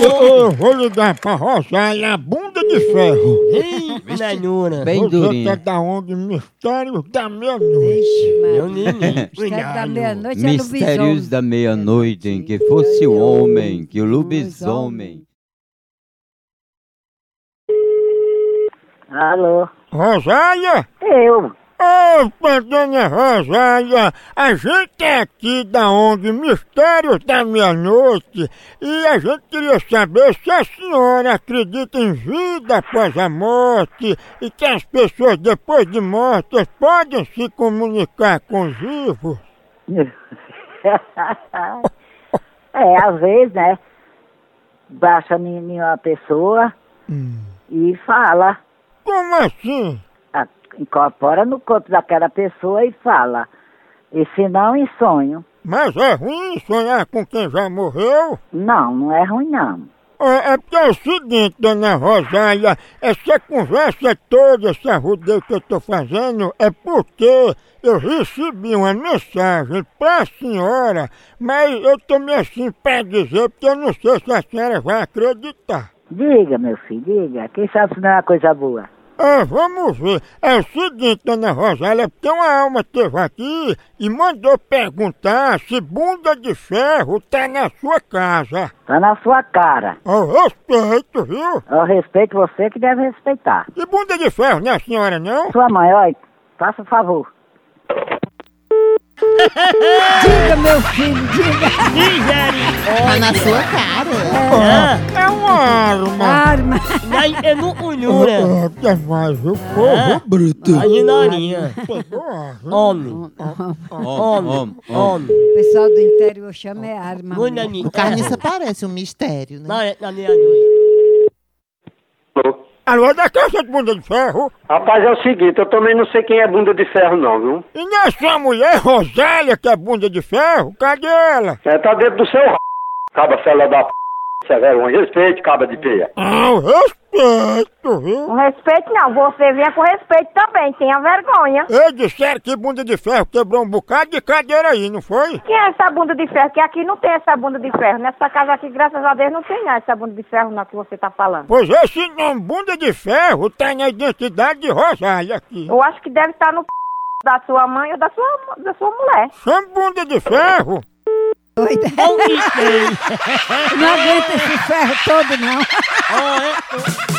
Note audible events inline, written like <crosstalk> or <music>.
Eu, eu vou ligar pra Rosália, a bunda de ferro. Nanhura. É Bem Você durinha. tá da onda Mistérios da Meia-Noite. Ixi, Maria. Eu nem Sete da meia-noite é no Mistérios Bison. da meia-noite em que fosse o homem, que o lobisomem. Alô? Rosália? Eu? Opa, dona Rosália, a gente é aqui da ONG Mistérios da Meia-Noite e a gente queria saber se a senhora acredita em vida após a morte e que as pessoas depois de mortas podem se comunicar com os vivos. <laughs> É, às vezes, né? Baixa em mim uma pessoa e fala. Como assim? a- Incorpora no corpo daquela pessoa e fala. E se não, em sonho. Mas é ruim sonhar com quem já morreu? Não, não é ruim, não. É, é porque é o seguinte, dona Rosália, essa conversa toda, esse arrudeio que eu tô fazendo, é porque eu recebi uma mensagem pra senhora, mas eu tomei assim pra dizer, porque eu não sei se a senhora vai acreditar. Diga, meu filho, diga. Quem sabe se não é uma coisa boa? É, vamos ver. É o seguinte, dona Rosália, é porque uma alma esteve aqui e mandou perguntar se bunda de ferro tá na sua casa. Tá na sua cara. Ao respeito, viu? Eu respeito você que deve respeitar. E bunda de ferro, né, senhora, não? Sua mãe, olha, faça o favor. Diga, meu filho, diga. Tá na sua cara. É uma arma. Arma. Ah, É no Unhura. É, que é mais o Ah. povo bruto. Aí Norinha. Pegou a arma. Homem. Homem, Homem. homem, homem. Homem. O pessoal do interior chama é arma. Olha mesmo. ali. O carniça parece um mistério, né? é Na hora da meia-noite. Alô, é da caixa de bunda de ferro. Rapaz, é o seguinte, eu também não sei quem é bunda de ferro não, viu? E não é sua mulher, Rosália, que é bunda de ferro? Cadê ela? É, tá dentro do seu r... Caba fela da p... Você é vergonha. Respeite, caba de peia. Ah, o respeito, viu? Com respeito não, você venha com respeito também, tenha vergonha. Eles disseram que bunda de ferro quebrou um bocado de cadeira aí, não foi? Quem é essa bunda de ferro? Que aqui não tem essa bunda de ferro. Nessa casa aqui, graças a Deus, não tem não, essa bunda de ferro não que você tá falando. Pois esse nome, bunda de ferro, tá na identidade de Rosália aqui. Eu acho que deve estar no p... da sua mãe ou da sua, da sua mulher. Chama bunda de ferro. Não aguenta esse ferro todo, não. Ó, é.